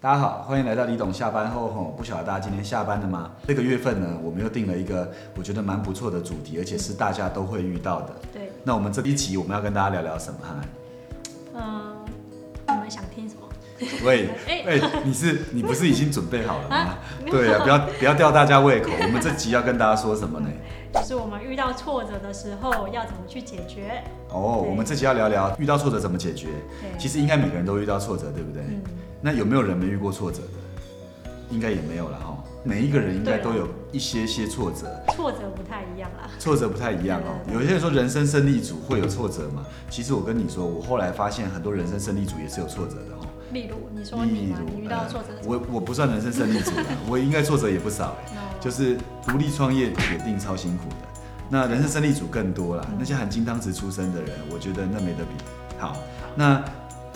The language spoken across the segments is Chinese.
大家好，欢迎来到李董下班后吼，不晓得大家今天下班了吗？这个月份呢，我们又定了一个我觉得蛮不错的主题，而且是大家都会遇到的。对，那我们这一集我们要跟大家聊聊什么？哈，嗯，你们想听什么？喂， 哎哎、你是你不是已经准备好了吗啊？没有对呀、不要不要吊大家 胃口。我们这集要跟大家说什么呢？就是我们遇到挫折的时候要怎么去解决？哦，对我们这集要聊聊遇到挫折怎么解决。对，其实，实应该每个人都遇到挫折，对不对？嗯，那有没有人没遇过挫折的？应该也没有了哈。每一个人应该对啊都有一些些挫折，挫折不太一样啦。挫折不太一样哦。对对对有些人说人生胜利组会有挫折嘛，其实我跟你说，我后来发现很多人生胜利组也是有挫折的哦。例如，你说你嘛，你遇到呃挫折的时候，我我不算人生胜利组 啦，我应该挫折也不少哎。那就是独立创业铁定超辛苦的，那人生胜利组更多嗯啦。那些含金汤匙出生的人，我觉得那没得比。好，那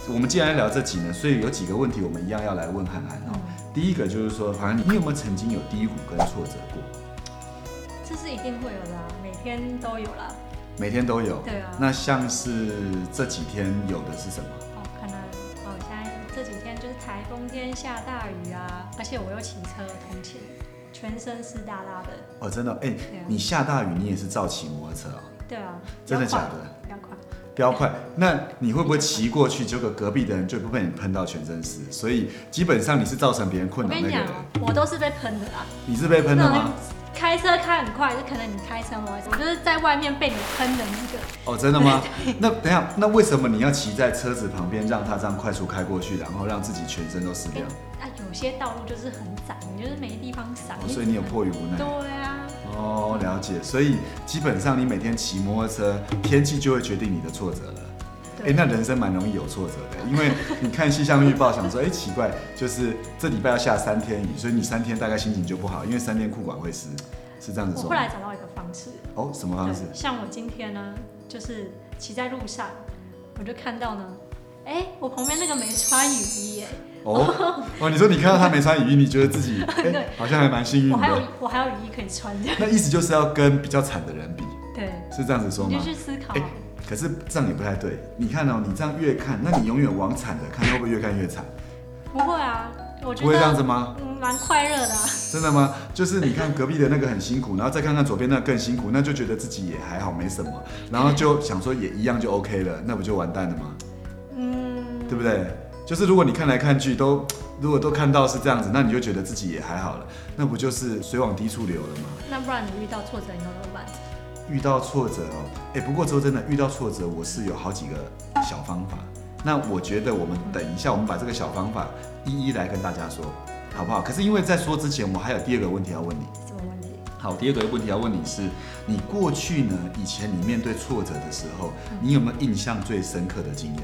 我们既然聊这集呢，所以有几个问题我们一样要来问涵涵哦。嗯第一个就是说，涵涵，你有没有曾经有低谷跟挫折过？这是一定会有的啊，每天都有啦。每天都有。对啊那像是这几天有的是什么？哦，可能哦，现在这几天就是台风天下大雨啊，而且我又骑车通勤，全身湿哒哒的。哦，真的，哎、对啊你下大雨你也是照骑摩托车哦，对啊，真的比较假快？的？比较快。飙快，那你会不会骑过去，结果隔壁的人就不被你喷到全身湿？所以基本上你是造成别人我困扰跟那个你讲人。哦，我都是被喷的啦。你是被喷的吗？开车开很快，就可能你开车嘛，我就是在外面被你喷的那个，哦，真的 吗？那等一下，那为什么你要骑在车子旁边，让它这样快速开过去，然后让自己全身都湿掉？那、哎有些道路就是很窄，你就是没地方闪、哦，所以你有迫于无奈。对啊，哦，了解。所以基本上你每天骑摩托车，天气就会决定你的挫折了。哎、对那人生蛮容易有挫折的，因为你看气象预报，想说，哎、奇怪，就是这礼拜要下三天雨，所以你三天大概心情就不好，因为三天裤管会湿，是这样子说我后吗。来找到一个方式，哦，什么方式？对像我今天呢，就是骑在路上，我就看到呢，哎，我旁边那个没穿雨衣，哎，哦，哦，你说你看到他没穿雨衣，你觉得自己哎、 对好像还蛮幸运我还有的。我还有雨衣可以穿 的，那意思就是要跟比较惨的人比，对，是这样子说你吗就？去思考，啊哎可是这样也不太对。你看哦，你这样越看，那你永远往惨的看，会不会越看越惨？不会啊，我觉不会这样子得吗？嗯蛮快乐的、啊，真的吗？就是你看隔壁的那个很辛苦，然后再看看左边那个更辛苦，那就觉得自己也还好，没什么，然后就想说也一样就 OK 了，那不就完蛋了吗？嗯，对不对？就是如果你看来看去都，如果都看到是这样子，那你就觉得自己也还好了，那不就是水往低处流了吗？那不然你遇到挫折你要怎么办？遇到挫折哦，哎，不过说真的，遇到挫折我是有好几个小方法。那我觉得我们等一下，我们把这个小方法一一来跟大家说，好不好？可是因为在说之前，我还有第二个问题要问你。什么问题？好，第二个问题要问你是，你过去呢，以前你面对挫折的时候，嗯你有没有印象最深刻的经验？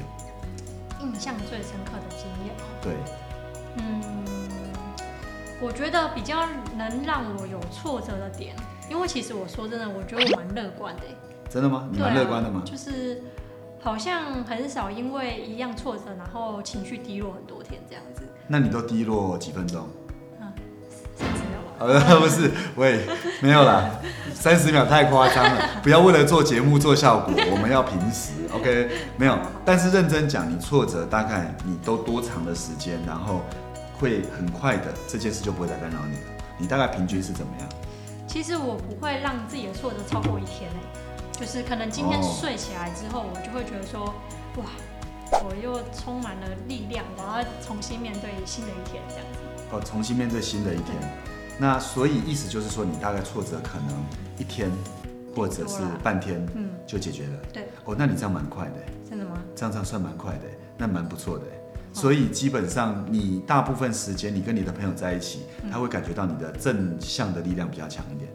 印象最深刻的经验哦，对，嗯，我觉得比较能让我有挫折的点，因为其实我说真的，我觉得我蛮乐观的欸，真的吗？你蛮对啊乐观的吗？就是好像很少因为一样挫折，然后情绪低落很多天这样子，那你都低落几分钟？三十秒吧。呃，不是，喂，没有啦，三十秒太夸张了，不要为了做节目做效 果，我们要平时，OK？没有，但是认真讲，你挫折大概你都多长的时间，然后会很快的，这件事就不会再干扰你了。你大概平均是怎么样？其实我不会让自己的挫折超过一天诶、就是可能今天哦睡起来之后，我就会觉得说，哇，我又充满了力量，我要重新面对新的一天这样子。哦，重新面对新的一天。那所以意思就是说，你大概挫折可能一天或者是顶多啦半天嗯，就解决了。对，哦，那你这样蛮快的，真的吗？这样这样算蛮快的，那蛮不错的。哦所以基本上，你大部分时间你跟你的朋友在一起，他会感觉到你的正向的力量比较强一点。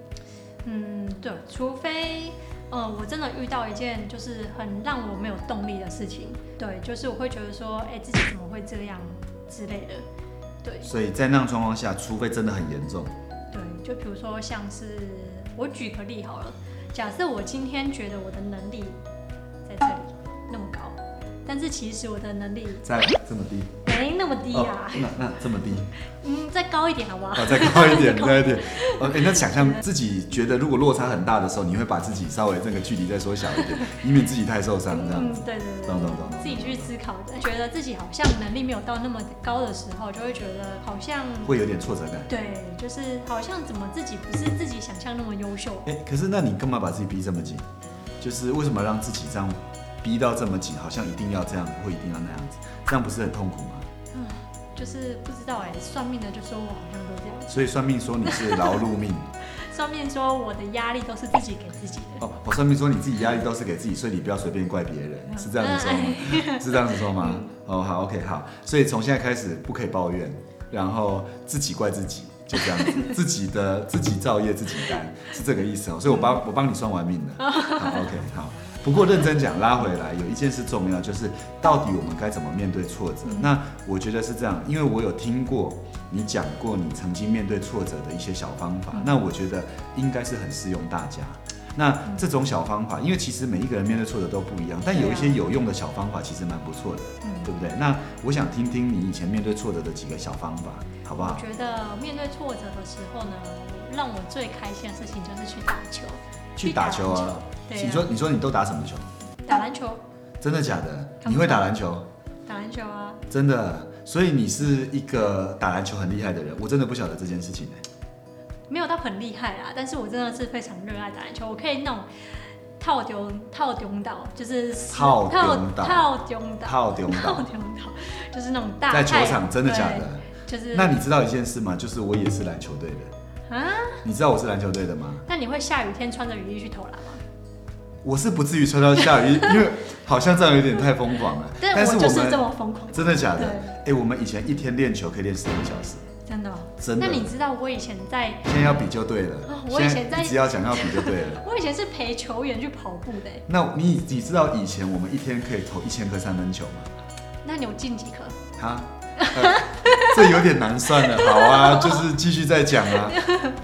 嗯，对，除非呃我真的遇到一件就是很让我没有动力的事情，对，就是我会觉得说，哎、自己怎么会这样之类的，对所以在那样状况下，除非真的很严重，对，就比如说像是我举个例好了，假设我今天觉得我的能力在这里那么高，但是其实我的能力在这么低，没那么低啊，哦、那那这么低，嗯，再高一点好不好？ 哦，再高一点，再高一点。哦，哎、那想象自己觉得如果落差很大的时候，你会把自己稍微这个距离再缩小一点，以免自己太受伤，这样嗯子。，对对对懂懂懂懂自己去思考，觉得自己好像能力没有到那么高的时候，就会觉得好像会有点挫折感。对，就是好像怎么自己不是自己想象那么优秀。哎、可是那你干嘛把自己逼这么紧？就是为什么让自己这样逼到这么紧？好像一定要这样，或一定要那样子，这样不是很痛苦吗？嗯，就是不知道哎、算命的就说我好像都这样，所以算命说你是劳碌命算命说我的压力都是自己给自己的。哦，我算命说你自己压力都是给自己，所以你不要随便怪别人，是这样子说吗？是这样子说吗？哦，好，OK，好，所以从现在开始不可以抱怨，然后自己怪自己，就这样子，自己的自己造业自己担，是这个意思哦。所以我帮我帮你算完命了，好，OK，好。不过认真讲，拉回来有一件事重要，就是到底我们该怎么面对挫折？那我觉得是这样，因为我有听过你讲过你曾经面对挫折的一些小方法，那我觉得应该是很适用大家。那这种小方法，因为其实每一个人嗯面对啊挫折都不一样，但有一些有用的小方法其实蛮不错的，嗯对不对？那我想听听你以前面对挫折的几个小方法，好不我好？觉得面对挫折的时候呢，让我最开心的事情就是去打球，去打球啊！对啊你说你说你都打什么球？打篮球，真的假的？看不到你会打篮球？打篮球啊，真的？所以你是一个打篮球很厉害的人，我真的不晓得这件事情、欸、没有到很厉害啦，但是我真的是非常热爱打篮球，我可以那种套丢套丢倒，就是套丢倒套丢倒套丢倒 套丢倒，就是那种大在球太场真的假的？对？就是那你知道一件事吗？就是我也是篮球队的，啊，你知道我是篮球队的吗？那你会下雨天穿着雨衣去投篮吗？我是不至于穿到下 雨，因为好像这样有点太疯狂了。但我我就是们这么疯狂，真的假的？哎、对我们以前一天练球可以练十个小时，真的哦。真的那你知道我以前在，现在要比就对了。啊我以前在一直要讲要比就对了。我以前是陪球员去跑步的欸，那你你知道以前我们一天可以投一千颗三分球吗？那你有进几颗？哈，呃 这有点难算了。好啊，就是继续再讲 啊。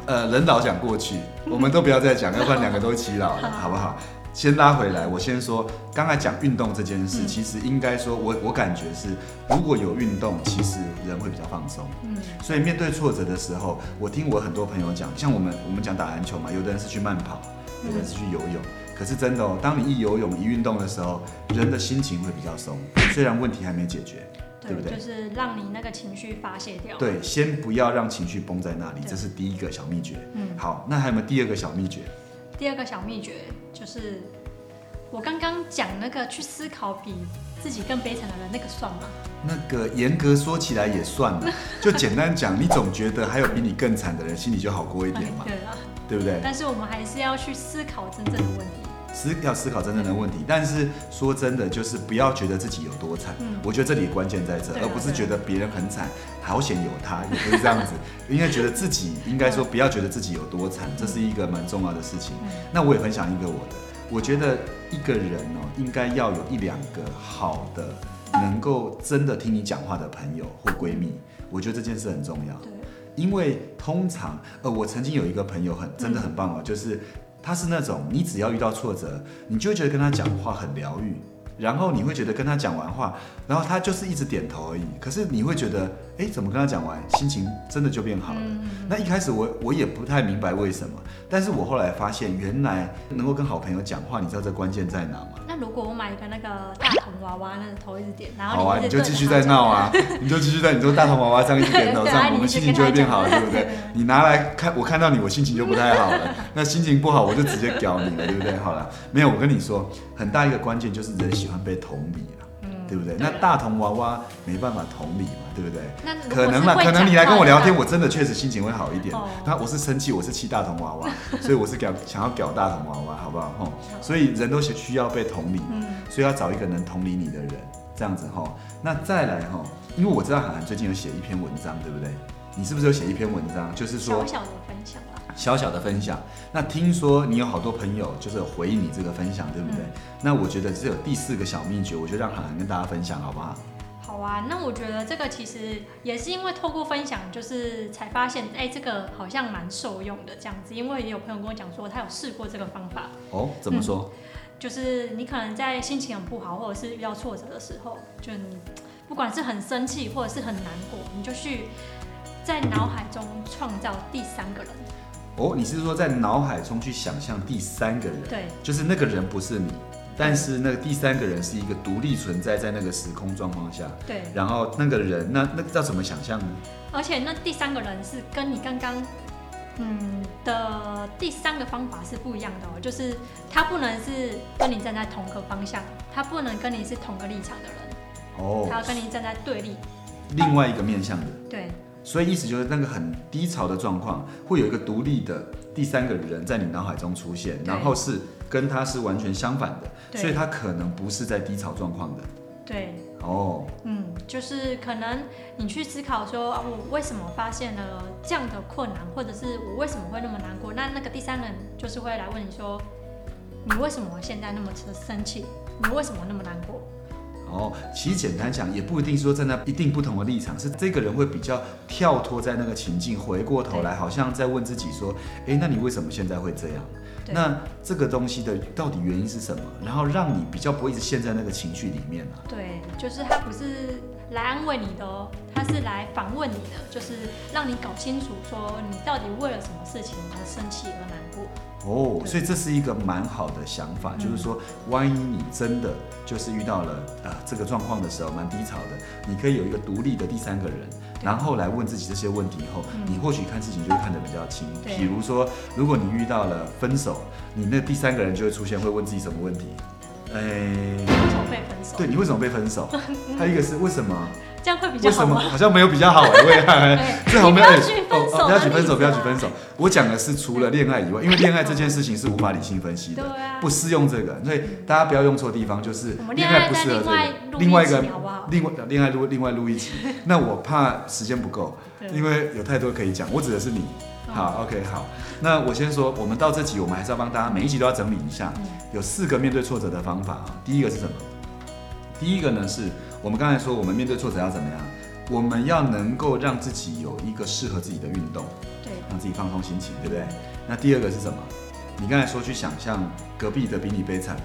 呃，人老讲过去，我们都不要再讲，要不然两个都一起老 了，好不好？先拉回来，我先说，刚才讲运动这件事，嗯其实应该说我我感觉是，如果有运动，其实人会比较放松。嗯，所以面对挫折的时候，我听我很多朋友讲，像我们我们讲打篮球嘛，有的人是去慢跑，嗯有的人是去游泳。可是真的哦，当你一游泳一运动的时候，人的心情会比较松，虽然问题还没解决，对不对就是让你那个情绪发泄掉。，对，先不要让情绪绷在那里，对这是第一个小秘诀。嗯。好，那还有没有第二个小秘诀？第二个小秘诀就是，我刚刚讲那个去思考比自己更悲惨的人，那个算吗？那个严格说起来也算了，就简单讲，你总觉得还有比你更惨的人，心里就好过一点嘛， 对啊，对不对？但是我们还是要去思考真正的问题。思要思考真正的问题，但是说真的，就是不要觉得自己有多惨。嗯我觉得这里关键在这，对啊而不是觉得别人很惨，好险有他，也不是这样子。应该觉得自己，应该说不要觉得自己有多惨，这是一个蛮重要的事情。嗯那我也分享一个我的，我觉得一个人哦，应该要有一两个好的，能够真的听你讲话的朋友或闺蜜，我觉得这件事很重要。对，因为通常，呃，我曾经有一个朋友很真的很棒哦，就是他是那种你只要遇到挫折，你就会觉得跟他讲话很疗愈，然后你会觉得跟他讲完话，然后他就是一直点头而已，可是你会觉得，哎，怎么跟他讲完，心情真的就变好了。嗯，那一开始我我也不太明白为什么，但是我后来发现，原来能够跟好朋友讲话，你知道这关键在哪吗？那如果我买一个那个大桶娃娃，那个头一直点，然好后啊，你你一直就对着继续它在讲闹啊， 你就继续在你说大头娃娃上一直点头对啊上，我你们一直心情就会跟他变讲好了， 对不对？你拿来看，我看到你，我心情就不太好 了。那心情不好，我就直接屌你了，对不对？好了，没有，我跟你说，很大一个关键就是人喜欢被同理啊，嗯对不对？那啊大头娃娃没办法同理嘛，对不对？那如果可能是啦，会可能讲你来跟话我的聊话天，我真的确实心情会好一点哦。那我是生气，我是气大同娃 娃，所以我是屌想要屌大同娃娃，好不好？吼，所以人都是需要被同理，嗯所以要找一个能同理你的人，这样子哈。那再来哈，因为我知道涵涵最近有写一篇文章，对不对？你是不是有写一篇文章？就是说小小的分享啦。小小的分享。那听说你有好多朋友就是有回应你这个分享，对不嗯对？那我觉得这有第四个小秘诀，我就让涵涵跟大家分享，好不好？好啊，那我觉得这个其实也是因为透过分享，就是才发现，哎、这个好像蛮受用的这样子。因为也有朋友跟我讲说，他有试过这个方法，哦，怎么嗯说？就是你可能在心情很不好，或者是遇到挫折的时候，就你不管是很生气或者是很难过，你就去在脑海中创造第三个人。哦，你是说在脑海中去想象第三个人，对就是那个人不是你，但是那个第三个人是一个独立存在在那个时空状况下，对，然后那个人那那要怎么想象呢？而且那第三个人是跟你刚刚嗯的第三个方法是不一样的哦，就是他不能是跟你站在同个方向，他不能跟你是同个立场的人，哦，他要跟你站在对立。另外一个面向的，对所以意思就是那个很低潮的状况，会有一个独立的第三个人在你脑海中出现，对然后是跟他是完全相反的，对所以他可能不是在低潮状况的。对，哦，嗯，就是可能你去思考说，啊，我为什么发现了这样的困难，或者是我为什么会那么难过？那那个第三人就是会来问你说，你为什么现在那么生气？你为什么那么难过？哦，其实简单讲，也不一定说站在一定不同的立场，是这个人会比较跳脱在那个情境，回过头来好像在问自己说，诶，那你为什么现在会这样？对那这个东西的到底原因是什么？然后让你比较不会一直陷在那个情绪里面啊。对，就是他不是来安慰你的哦，他是来访问你的，就是让你搞清楚说你到底为了什么事情而生气而难过。哦，对所以这是一个蛮好的想法，嗯就是说，万一你真的就是遇到了呃这个状况的时候，蛮低潮的，你可以有一个独立的第三个人，对然后来问自己这些问题以后，嗯你或许看事情就会看得比较清。对比如说，如果你遇到了分手，你那第三个人就会出现，会问自己什么问题？哎、为什么被分手？对，你为什么被分 手？还有一个是为什么？这样会比较为什好么吗？好像没有比较 好哎、欸？哎 对最好没有你哎不要去分手哦哦，不要啊举分手，你不要举分手。我讲的是除了恋爱以外，因为恋爱这件事情是无法理性分析对的，啊，不适用这个，所以大家不要用错地方，就是我们恋恋爱爱不在适合另这外个。录另外一一个集，好不好？另外恋爱录另外录一 集，那我怕时间不够，对因为有太多可以讲，我指的是你。嗯好，OK，好，那我先说，我们到这集，我们还是要帮大家每一集都要整理一下，嗯有四个面对挫折的方法啊。第一个是什么？第一个呢是我们刚才说，我们面对挫折要怎么样？我们要能够让自己有一个适合自己的运动，对让自己放松心情，对不对？那第二个是什么？你刚才说去想象隔壁的比你悲惨嘛，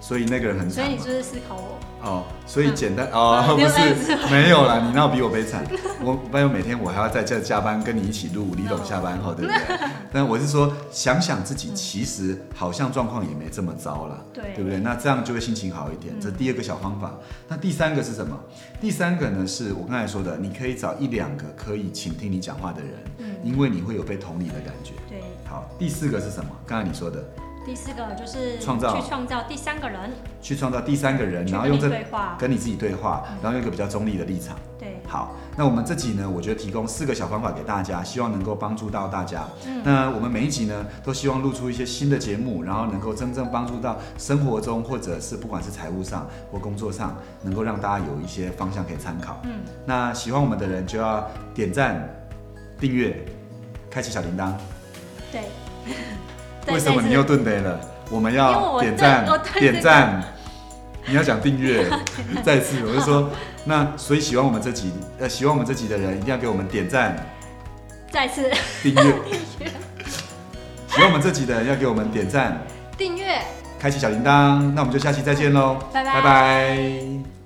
所以那个人很所惨以嘛你。就是思考我，哦，所以嗯简单、哦， 嗯不另外一次是没有啦，你那比我悲惨，我还有每天我还要在这加班跟你一起录李董下班后，对不 对？但我是说，想想自己其实好像状况也没这么糟啦，对对不对？那这样就会心情好一点，嗯这第二个小方法。那第三个是什么？第三个呢，是我刚才说的，你可以找一两个可以倾听你讲话的人，嗯，因为你会有被同理的感觉。对。好，第四个是什么？刚才你说的，第四个就是创造去创造第三个人，去创造第三个人，去然后跟用你这对话，跟你自己对话，嗯然后用一个比较中立的立场。对，好，那我们这集呢，我觉得提供四个小方法给大家，希望能够帮助到大家。嗯那我们每一集呢，都希望录出一些新的节目，然后能够真正帮助到生活中，或者是不管是财务上或工作上，能够让大家有一些方向可以参考。嗯，那喜欢我们的人就要点赞、订阅、开启小铃铛。对。为什么你又顿呆了？我们要点赞因为我对我对这个点赞，你要讲订 阅，再次我就说，那所以喜欢我们这集，呃，喜欢我们这集的人一定要给我们点赞、再次 订阅。喜欢我们这集的人要给我们点赞，订阅。开启小铃铛，那我们就下期再见喽，拜拜拜拜